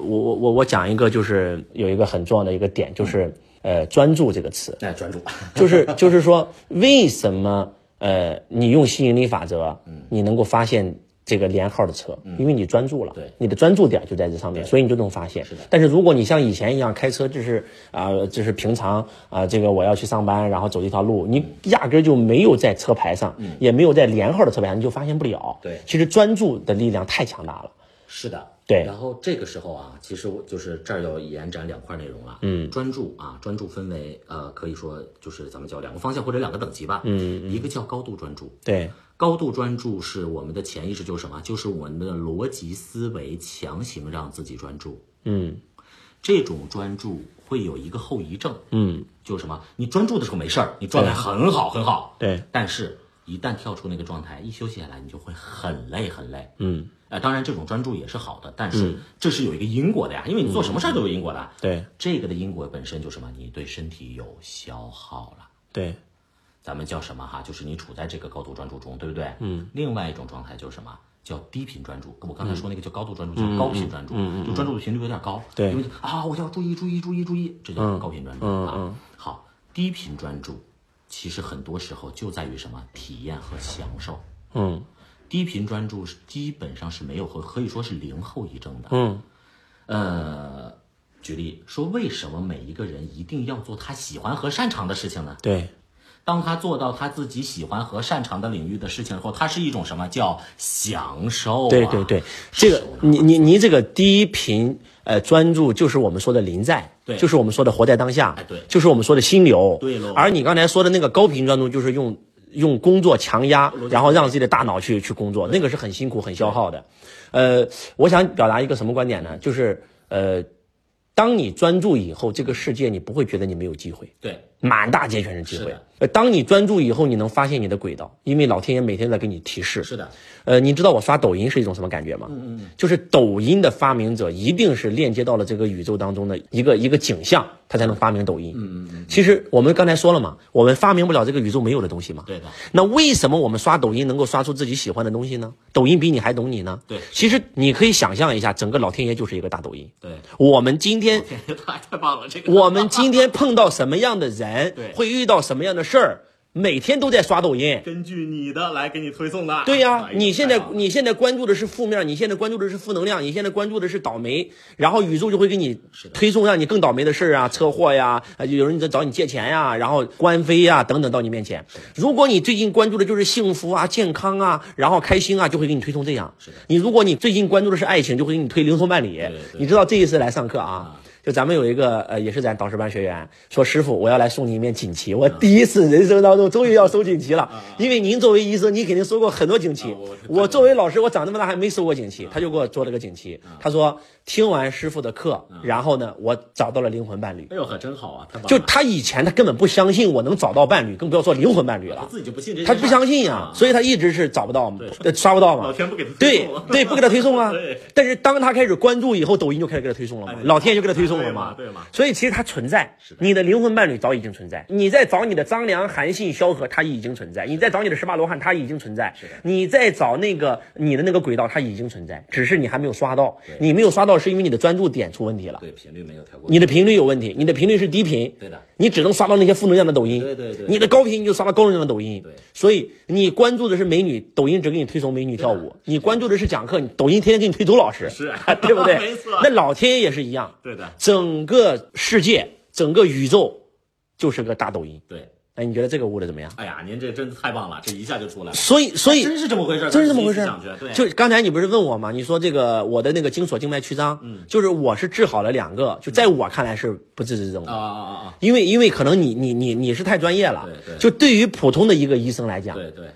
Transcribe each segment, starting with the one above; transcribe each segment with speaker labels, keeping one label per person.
Speaker 1: 我我我我讲一个，就是有一个很重要的一个点，就是呃专注这个词，
Speaker 2: 哎，专注，
Speaker 1: 就是就是说为什么呃你用吸引力法则，你能够发现这个连号的车，因为你专注了，
Speaker 2: 对
Speaker 1: 你的专注点就在这上面，所以你就能发现。但是如果你像以前一样开车，就是啊、这是平常啊、这个我要去上班，然后走这条路，你压根儿就没有在车牌上，也没有在连号的车牌上，你就发现不了。
Speaker 2: 对
Speaker 1: 其实专注的力量太强大了。
Speaker 2: 是的，
Speaker 1: 对
Speaker 2: 然后这个时候啊，其实我就是这儿要延展两块内容了。嗯，专注啊，专注分为呃，可以说就是咱们叫两个方向或者两个等级吧。嗯，一个叫高度专注，
Speaker 1: 对
Speaker 2: 高度专注是我们的潜意识，就是什么？就是我们的逻辑思维强行让自己专注。
Speaker 1: 嗯，
Speaker 2: 这种专注会有一个后遗症。嗯，就是什么？你专注的时候没事儿，你状态很好很好。
Speaker 1: 对，
Speaker 2: 但是一旦跳出那个状态，一休息下来，你就会很累很累。嗯，呃，当然这种专注也是好的，但是这是有一个因果的呀，因为你做什么事儿都有因果的。
Speaker 1: 对
Speaker 2: 这个的因果本身就是什么？你对身体有消耗了。
Speaker 1: 对
Speaker 2: 咱们叫什么哈？就是你处在这个高度专注中，对不对？嗯。另外一种状态就是什么？叫低频专注。我
Speaker 1: 嗯
Speaker 2: 刚才说那个叫高度专注，叫高频专注，就专注的频率有点高。
Speaker 1: 对嗯
Speaker 2: 因为啊，我要注意注意注意注意，这叫高频专注啊。好，低频专注其实很多时候就在于什么？体验和享受。
Speaker 1: 嗯
Speaker 2: 低频专注是基本上是没有和可以说是零后遗症的。
Speaker 1: 嗯
Speaker 2: 呃，举例说，为什么每一个人一定要做他喜欢和擅长的事情呢？
Speaker 1: 对
Speaker 2: 当他做到他自己喜欢和擅长的领域的事情后，他是一种什么叫享受、啊？
Speaker 1: 对对对，这个
Speaker 2: 手拿
Speaker 1: 你你你这个低频呃专注就是我们说的临在，
Speaker 2: 对
Speaker 1: 就是我们说的活在当下，
Speaker 2: 哎对
Speaker 1: 就是我们说的心流，
Speaker 2: 对喽
Speaker 1: 而你刚才说的那个高频专注，就是用用工作强压，然后让自己的大脑去去工作，那个是很辛苦很消耗的。呃，我想表达一个什么观点呢？就是呃，当你专注以后，这个世界你不会觉得你没有机会。
Speaker 2: 对
Speaker 1: 满大街全是机
Speaker 2: 是
Speaker 1: 会
Speaker 2: 的。
Speaker 1: 呃，当你专注以后，你能发现你的轨道，因为老天爷每天在给你提示。
Speaker 2: 是的，
Speaker 1: 呃，你知道我刷抖音是一种什么感觉吗？嗯嗯，就是抖音的发明者一定是链接到了这个宇宙当中的一个一个景象，他才能发明抖音。嗯嗯，其实我们刚才说了嘛，我们发明不了这个宇宙没有的东西嘛。
Speaker 2: 对的，
Speaker 1: 那为什么我们刷抖音能够刷出自己喜欢的东西呢？抖音比你还懂你呢。
Speaker 2: 对
Speaker 1: 其实你可以想象一下，整个老天爷就是一个大抖音。
Speaker 2: 对，
Speaker 1: 我们今天
Speaker 2: 太 太棒了，这个
Speaker 1: 我们今天碰到什么样的人
Speaker 2: 对，
Speaker 1: 会遇到什么样的事儿，每天都在刷抖音。
Speaker 2: 根据你的来给你推送的。
Speaker 1: 对呀、
Speaker 2: 哎呦
Speaker 1: 你现在
Speaker 2: 太好了
Speaker 1: 你现在关注的是负面，你现在关注的是负能量，你现在关注的是倒霉，然后宇宙就会给你推送让你更倒霉的事儿啊，车祸呀，呃有人在找你借钱呀、然后官非呀、等等到你面前。如果你最近关注的就是幸福啊、健康啊，然后开心啊，就会给你推送这样。你如果你最近关注的是爱情，就会给你推灵通万里。
Speaker 2: 对对
Speaker 1: 你知道这一次来上课啊，就咱们有一个呃，也是咱导师班学员说，师傅，我要来送你一面锦旗，
Speaker 2: 啊
Speaker 1: 我第一次人生当中终于要收锦旗了，因为您作为医生，您肯定收过很多锦旗
Speaker 2: 啊我我，
Speaker 1: 我作为老师，我长这么大还没收过锦
Speaker 2: 嗯
Speaker 1: 旗，他就给我做了个锦旗，他说听完师傅的课，
Speaker 2: 嗯
Speaker 1: 然后呢，我找到了灵魂伴侣。
Speaker 2: 哎呦呵，真好啊，太棒了，
Speaker 1: 就他以前他根本不相信我能找到伴侣，更不要说灵魂伴侣
Speaker 2: 他
Speaker 1: 了。
Speaker 2: 自己就不信这件事
Speaker 1: 他
Speaker 2: 儿，啊
Speaker 1: 不相信呀、所以他一直是找不到嘛，呃刷不到嘛。
Speaker 2: 嗯老天不给他推
Speaker 1: 对
Speaker 2: 送啊
Speaker 1: 对，不给他推送啊
Speaker 2: 对。
Speaker 1: 但是当他开始关注以后，抖音就开始给他推送了嘛
Speaker 2: 哎，
Speaker 1: 老天爷就给他推送了
Speaker 2: 对嘛对嘛
Speaker 1: 所以其实它存在，你的灵魂伴侣早已经存在，你在找你的张良、韩信、萧何，他已经存在；你在找你的十八罗汉，他已经存在；你在找那个你的那个轨道，它已经存在，只是你还没有刷到。你没有刷到，是因为你的专注点出问题了。
Speaker 2: 对频率没有调过，
Speaker 1: 你的频率有问题，你的频率是低频，
Speaker 2: 对的，
Speaker 1: 你只能刷到那些负能量的抖音，
Speaker 2: 对对对
Speaker 1: 你的高频你就刷到高能量的抖音，
Speaker 2: 对
Speaker 1: 所以你关注的是美女，抖音只给你推送美女跳舞；你关注的是讲课，你抖音天天给你推周老师，
Speaker 2: 啊是啊
Speaker 1: 对不对？
Speaker 2: 没错
Speaker 1: 那老天爷也是一样，
Speaker 2: 对的，
Speaker 1: 整个世界、整个宇宙就是个大抖音。
Speaker 2: 对。
Speaker 1: 哎，你觉得这个悟的怎么样？
Speaker 2: 哎呀，您这真的太棒了，这一下就出来了，
Speaker 1: 所以，所以
Speaker 2: 啊真是这么回事儿，
Speaker 1: 真是这么回事
Speaker 2: 咱们自己想去对，
Speaker 1: 就刚才你不是问我吗？你说这个我的那个经索静脉曲张，
Speaker 2: 嗯
Speaker 1: 就是我是治好了两个，就在我看来是不治之症的
Speaker 2: 啊。啊啊啊，
Speaker 1: 因为因为可能你你你你是太专业了，
Speaker 2: 对对
Speaker 1: 就对于普通的一个医生来讲，
Speaker 2: 对对，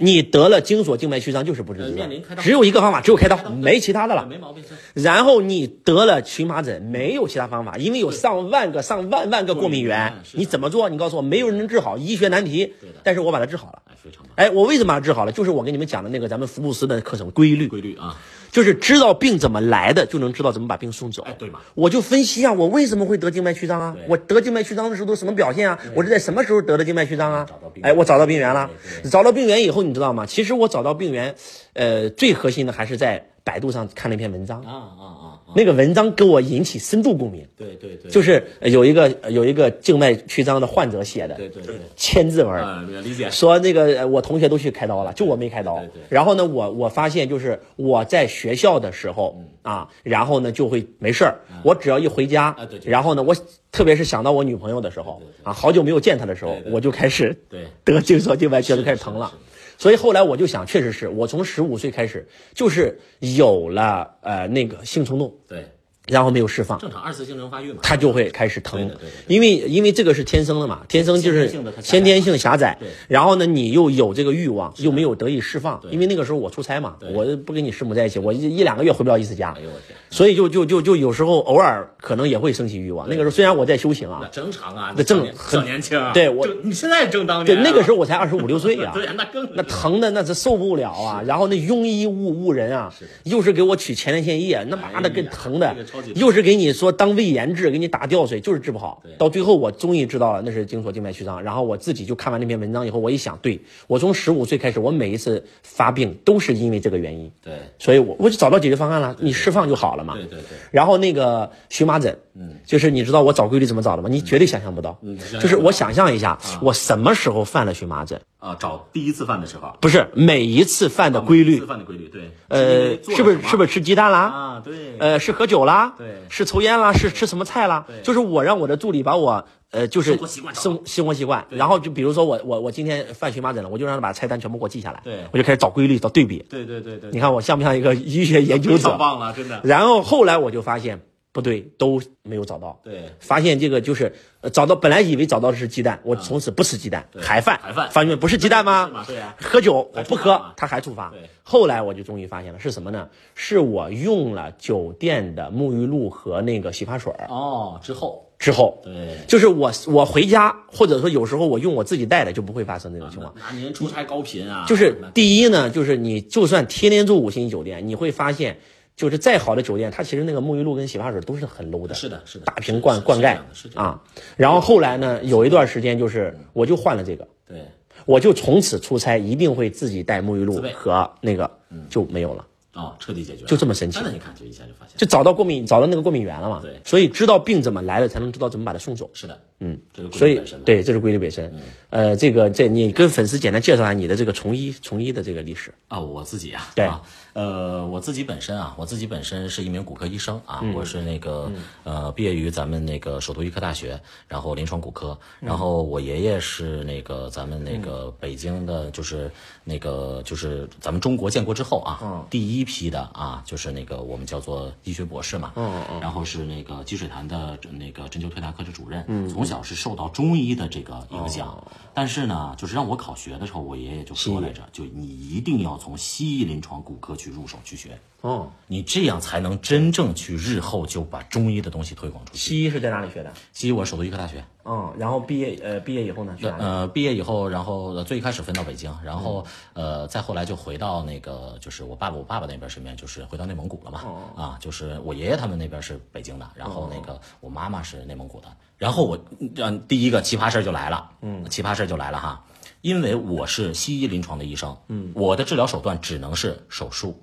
Speaker 1: 你得了经索静脉曲张就是不治
Speaker 2: 呃
Speaker 1: 之
Speaker 2: 面
Speaker 1: 症
Speaker 2: 临开，刀
Speaker 1: 只有一个方法，只有开刀，没其他的了。
Speaker 2: 没毛病，是
Speaker 1: 然后你得了荨麻疹，没有其他方法，因为有上万个、上万万个过敏
Speaker 2: 过敏
Speaker 1: 源
Speaker 2: 源，是的
Speaker 1: 你怎么做？你告诉我，没有人能治好，医学难题
Speaker 2: 对的。
Speaker 1: 但是我把它治好了。
Speaker 2: 哎，非常棒，
Speaker 1: 哎，我为什么把它治好了？就是我跟你们讲的那个咱们福布斯的课程规律，
Speaker 2: 规律啊，
Speaker 1: 就是知道病怎么来的，就能知道怎么把病送走。
Speaker 2: 哎，对嘛，
Speaker 1: 我就分析啊，我为什么会得静脉曲张啊
Speaker 2: 对？
Speaker 1: 我得静脉曲张的时候都什么表现啊？我是在什么时候得的静脉曲张啊
Speaker 2: 找到病？源
Speaker 1: 哎，我找到病源了
Speaker 2: 对对。
Speaker 1: 找到病源以后，你知道吗？其实我找到病源，呃，最核心的还是在百度上看了一篇文章，
Speaker 2: 啊啊啊啊！
Speaker 1: 那个文章给我引起深度共鸣。
Speaker 2: 对对对，
Speaker 1: 就是有一个有一个静脉曲张的患者写的
Speaker 2: 对对对，
Speaker 1: 千字文儿，
Speaker 2: 啊，理解，
Speaker 1: 说那个呃我同学都去开刀了，就我没开刀
Speaker 2: 对对对。
Speaker 1: 然后呢，我我发现就是我在学校的时候
Speaker 2: 嗯
Speaker 1: 啊，然后呢就会没事儿，我只要一回家
Speaker 2: 啊对，对
Speaker 1: 然后呢我特别是想到我女朋友的时候啊，好久没有见她的时候
Speaker 2: 对，对
Speaker 1: 我就开始
Speaker 2: 对
Speaker 1: 得颈索静脉曲张就开始疼
Speaker 2: 是
Speaker 1: 了
Speaker 2: 是。
Speaker 1: 所以后来我就想，确实是我从十五岁开始就是有了呃那个性冲动，
Speaker 2: 对，
Speaker 1: 然后没有释放。
Speaker 2: 正常二次性征发育嘛，
Speaker 1: 它就会开始疼
Speaker 2: 对的对的，
Speaker 1: 因为因为这个是天生的嘛，天生就是
Speaker 2: 先天性的它狭窄啊
Speaker 1: 先天性狭窄
Speaker 2: 对。啊
Speaker 1: 然后呢，你又有这个欲望，又没有得以释放，因为那个时候我出差嘛，
Speaker 2: 对
Speaker 1: 我不跟你师母在一起，我一一两个月回不了一次家
Speaker 2: 哎，呦我天，
Speaker 1: 所以就就就就有时候偶尔可能也会升起欲望。那个时候虽然我在修行啊
Speaker 2: 那，正常啊，
Speaker 1: 那正
Speaker 2: 你小年轻啊，
Speaker 1: 对我
Speaker 2: 正你现在正当
Speaker 1: 对
Speaker 2: 年啊，
Speaker 1: 那个时候我才二十五六岁呀、
Speaker 2: 对啊，那更
Speaker 1: 那疼的那是受不了啊！然后那庸医误误人啊，又是给我取前列腺液，那妈的
Speaker 2: 哎呀
Speaker 1: 跟疼的
Speaker 2: 这个超级，
Speaker 1: 又是给你说当胃炎治，给你打吊水，就是治不好
Speaker 2: 对。
Speaker 1: 到最后我终于知道了那是精索静脉曲张，然后我自己就看完那篇文章以后，我一想，对我从十五岁开始，我每一次发病都是因为这个原因，
Speaker 2: 对
Speaker 1: 所以我我就找到解决方案了，你释放就好了嘛。
Speaker 2: 对对对，
Speaker 1: 然后那个荨麻疹，嗯，就是你知道我找规律怎么找的吗？你绝对想象不到，啊
Speaker 2: 嗯
Speaker 1: 就是我想象一下，我什么时候犯了荨麻疹？
Speaker 2: 啊，找第一次犯的时候，啊
Speaker 1: 不是每一次犯的规
Speaker 2: 第一
Speaker 1: 律
Speaker 2: 次，犯的规律，对，
Speaker 1: 呃，是不是是不
Speaker 2: 是
Speaker 1: 是吃鸡蛋啦？
Speaker 2: 啊？对，
Speaker 1: 呃，是喝酒啦？
Speaker 2: 对
Speaker 1: 是抽烟啦？是吃什么菜啦？就是我让我的助理把我呃，就是
Speaker 2: 生活习惯找到
Speaker 1: 生生活习惯，然后就比如说我我我今天犯荨麻疹了，我就让他把菜单全部给我记下来，
Speaker 2: 对
Speaker 1: 我就开始找规律找对比，
Speaker 2: 对对对对，
Speaker 1: 你看我像不像一个医学研究
Speaker 2: 非常
Speaker 1: 者？
Speaker 2: 棒了，真的，
Speaker 1: 然后后来我就发现不对，都没有找到。
Speaker 2: 对
Speaker 1: 发现这个就是呃找到，本来以为找到的是鸡蛋，我从此不吃鸡蛋，海饭，
Speaker 2: 海饭
Speaker 1: 发现不是鸡蛋吗
Speaker 2: 是吗？对啊呀
Speaker 1: 喝酒我不
Speaker 2: 还触发
Speaker 1: 喝
Speaker 2: 吗，
Speaker 1: 它还触发
Speaker 2: 对。
Speaker 1: 后来我就终于发现了是什么呢？是我用了酒店的沐浴露和那个洗发水儿
Speaker 2: 哦，之后
Speaker 1: 之后，
Speaker 2: 对。
Speaker 1: 就是我我回家或者说有时候我用我自己带的就不会发生这种情况。
Speaker 2: 那您出差高频啊，
Speaker 1: 就是
Speaker 2: 那
Speaker 1: 第一呢，就是你就算天天住五星级酒店，你会发现，就是再好的酒店，它其实那个沐浴露跟洗发水都是很 low 的，
Speaker 2: 是的是的
Speaker 1: 大瓶灌
Speaker 2: 是
Speaker 1: 灌
Speaker 2: 是这
Speaker 1: 溉
Speaker 2: 样的是这样
Speaker 1: 啊。然后后来呢，有一段时间就是我就换了这个，
Speaker 2: 对
Speaker 1: 我就从此出差一定会自己带沐浴露
Speaker 2: 自备嗯
Speaker 1: 和那个就没有了，
Speaker 2: 哦，彻底解决了，
Speaker 1: 就这么神奇
Speaker 2: 真的，你看就一下就发现，
Speaker 1: 就找到过敏，找到那个过敏源了嘛。
Speaker 2: 对
Speaker 1: 所以知道病怎么来了，才能知道怎么把它送走。
Speaker 2: 是的，嗯，这个
Speaker 1: 所以
Speaker 2: 本身嘛，嗯
Speaker 1: 对，这是规律本身。呃，这个这你跟粉丝简单介绍一下你的这个从医从医的这个历史。
Speaker 2: 啊，我自己啊，
Speaker 1: 对
Speaker 2: 啊，呃，我自己本身啊，我自己本身是一名骨科医生啊，
Speaker 1: 嗯
Speaker 2: 我是那个、呃，毕业于咱们那个首都医科大学，然后临床骨科，
Speaker 1: 嗯
Speaker 2: 然后我爷爷是那个咱们那个北京的，就是那个就是咱们中国建国之后啊，
Speaker 1: 嗯
Speaker 2: 第一批的啊，就是那个我们叫做医学博士嘛，嗯嗯，然后是那个积水潭的呃那个针灸推拿科的主任，嗯，哦从小是受到中医的这个影响，但是呢，就是让我考学的时候，我爷爷就说来着，就你一定要从西医临床骨科去入手去学，
Speaker 1: 哦，
Speaker 2: 你这样才能真正去日后就把中医的东西推广出去。
Speaker 1: 西医是在哪里学的？
Speaker 2: 西医我首都医科大学，
Speaker 1: 嗯，然后毕业呃毕业以后呢，去哪里？
Speaker 2: 哦呃，毕业以后，然后呃最一开始分到北京，然后、呃，再后来就回到那个，就是我爸爸，我爸爸那边身边，就是回到内蒙古了嘛。啊，就是我爷爷他们那边是北京的，然后那个我妈妈是内蒙古的。然后我，嗯，第一个奇葩事儿就来了，嗯，奇葩事儿就来了哈，因为我是西医临床的医生，嗯，我的治疗手段只能是手术，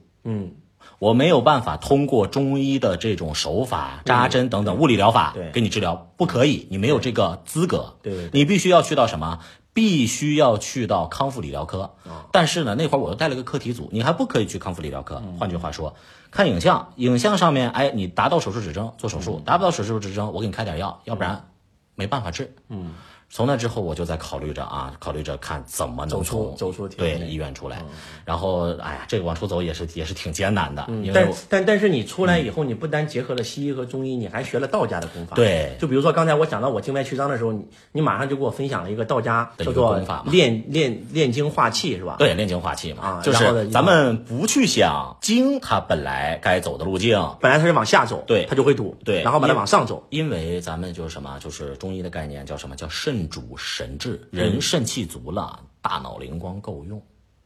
Speaker 2: 我没有办法通过中医的这种手法、扎针等等物理疗法
Speaker 1: 嗯对
Speaker 2: 给你治疗，不可以，你没有这个资格。
Speaker 1: 对对对
Speaker 2: 你必须要去到什么？必须要去到康复理疗科。
Speaker 1: 哦
Speaker 2: 但是呢，那会儿我又带了个课题组，你还不可以去康复理疗科。
Speaker 1: 嗯
Speaker 2: 换句话说，看影像，影像上面，哎，你达到手术指征做手
Speaker 1: 嗯
Speaker 2: 术，达不到手术指征，我给你开点药，要不然没办法治。嗯。从那之后，我就在考虑着啊，考虑着看怎么能
Speaker 1: 走出
Speaker 2: 从
Speaker 1: 走出体
Speaker 2: 对
Speaker 1: 制内
Speaker 2: 医院出来。然后，哎呀，这个往出走也是也是挺艰难的，因为
Speaker 1: 嗯但
Speaker 2: 我
Speaker 1: 但但是你出来以后，你不单结合了西医和中医，你还学了道家的功法。
Speaker 2: 对
Speaker 1: 就比如说刚才我讲到我静脉曲张的时候，你你马上就给我分享了一个道家
Speaker 2: 的一
Speaker 1: 叫
Speaker 2: 个
Speaker 1: 做
Speaker 2: 功法嘛
Speaker 1: 炼炼炼精化气是吧？
Speaker 2: 对炼精化气嘛，
Speaker 1: 啊
Speaker 2: 就
Speaker 1: 然后呢
Speaker 2: 是咱们不去想精它本来该走的路径，
Speaker 1: 本来它是往下走，
Speaker 2: 对
Speaker 1: 它就会堵，
Speaker 2: 对
Speaker 1: 然后把它
Speaker 2: 因
Speaker 1: 往上走，
Speaker 2: 因为咱们就是什么，就是中医的概
Speaker 1: 嗯
Speaker 2: 念叫什么叫肾主神志，人肾气足了，大脑灵光够用。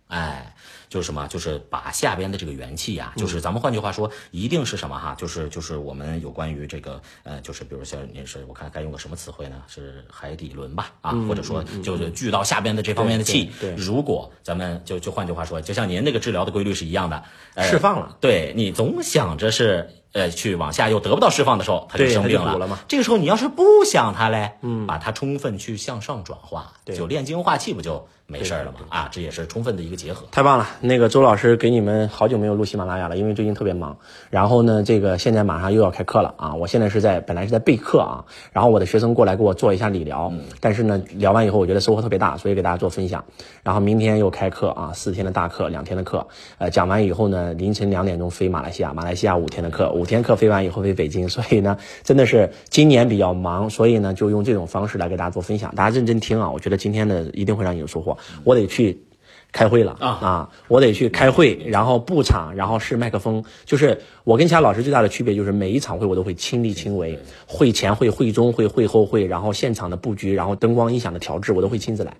Speaker 2: 哎，就是什么，就是把下边的这个元气呀、
Speaker 1: 嗯
Speaker 2: 就是咱们换句话说，一定是什么哈，就是就是我们有关于这个呃，就是比如像你是我看该用个什么词汇呢？是海底轮吧，啊，
Speaker 1: 嗯
Speaker 2: 或者说就是聚到下边的这方面的气。
Speaker 1: 对对
Speaker 2: 如果咱们就就换句话说，就像您那个治疗的规律是一样的，呃、
Speaker 1: 释放了。
Speaker 2: 对你总想着是呃去往下又得不到释放的时候，它就
Speaker 1: 对
Speaker 2: 生
Speaker 1: 它就
Speaker 2: 病
Speaker 1: 堵了嘛。
Speaker 2: 这个时候你要是不想它嘞，嗯，把它充分去向上转化，
Speaker 1: 对
Speaker 2: 就炼精化气，不就没事儿了吗？啊，这也是充分的一个结合。
Speaker 1: 太棒了！那个周老师给你们好久没有录喜马拉雅了，因为最近特别忙。然后呢，这个现在马上又要开课了啊！我现在是在本来是在备课啊，然后我的学生过来给我做一下理疗，但是呢，聊完以后我觉得收获特别大，所以给大家做分享。然后明天又开课啊，四天的大课，两天的课。呃，讲完以后呢，凌晨两点钟飞马来西亚，马来西亚五天的课，五天课飞完以后飞北京，所以呢，真的是今年比较忙，所以呢，就用这种方式来给大家做分享。大家认真听啊，我觉得今天的一定会让你有收获。我得去。开会了
Speaker 2: 啊
Speaker 1: 我得去开会，然后布场，然后试麦克风。就是我跟其他老师最大的区别就是每一场会我都会亲力亲为，会前会、会中会、会后会，然后现场的布局，然后灯光音响的调制，我都会亲自来。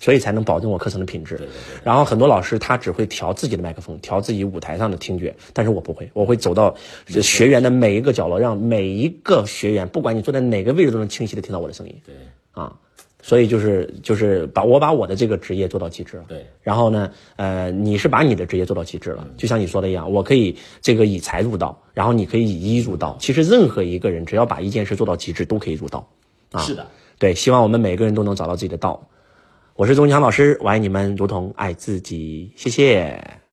Speaker 1: 所以才能保证我课程的品质。然后很多老师他只会调自己的麦克风，调自己舞台上的听觉，但是我不会，我会走到学员的每一个角落，让每一个学员，不管你坐在哪个位置，都能清晰的听到我的声音
Speaker 2: 对
Speaker 1: 啊。所以就是就是把我把我的这个职业做到极致了。
Speaker 2: 对，
Speaker 1: 然后呢，呃，你是把你的职业做到极致了，就像你说的一样，我可以这个以财入道，然后你可以以医入道。其实任何一个人只要把一件事做到极致，都可以入道。
Speaker 2: 是的，
Speaker 1: 对，希望我们每个人都能找到自己的道。我是钟强老师，我爱你们如同爱自己，谢谢。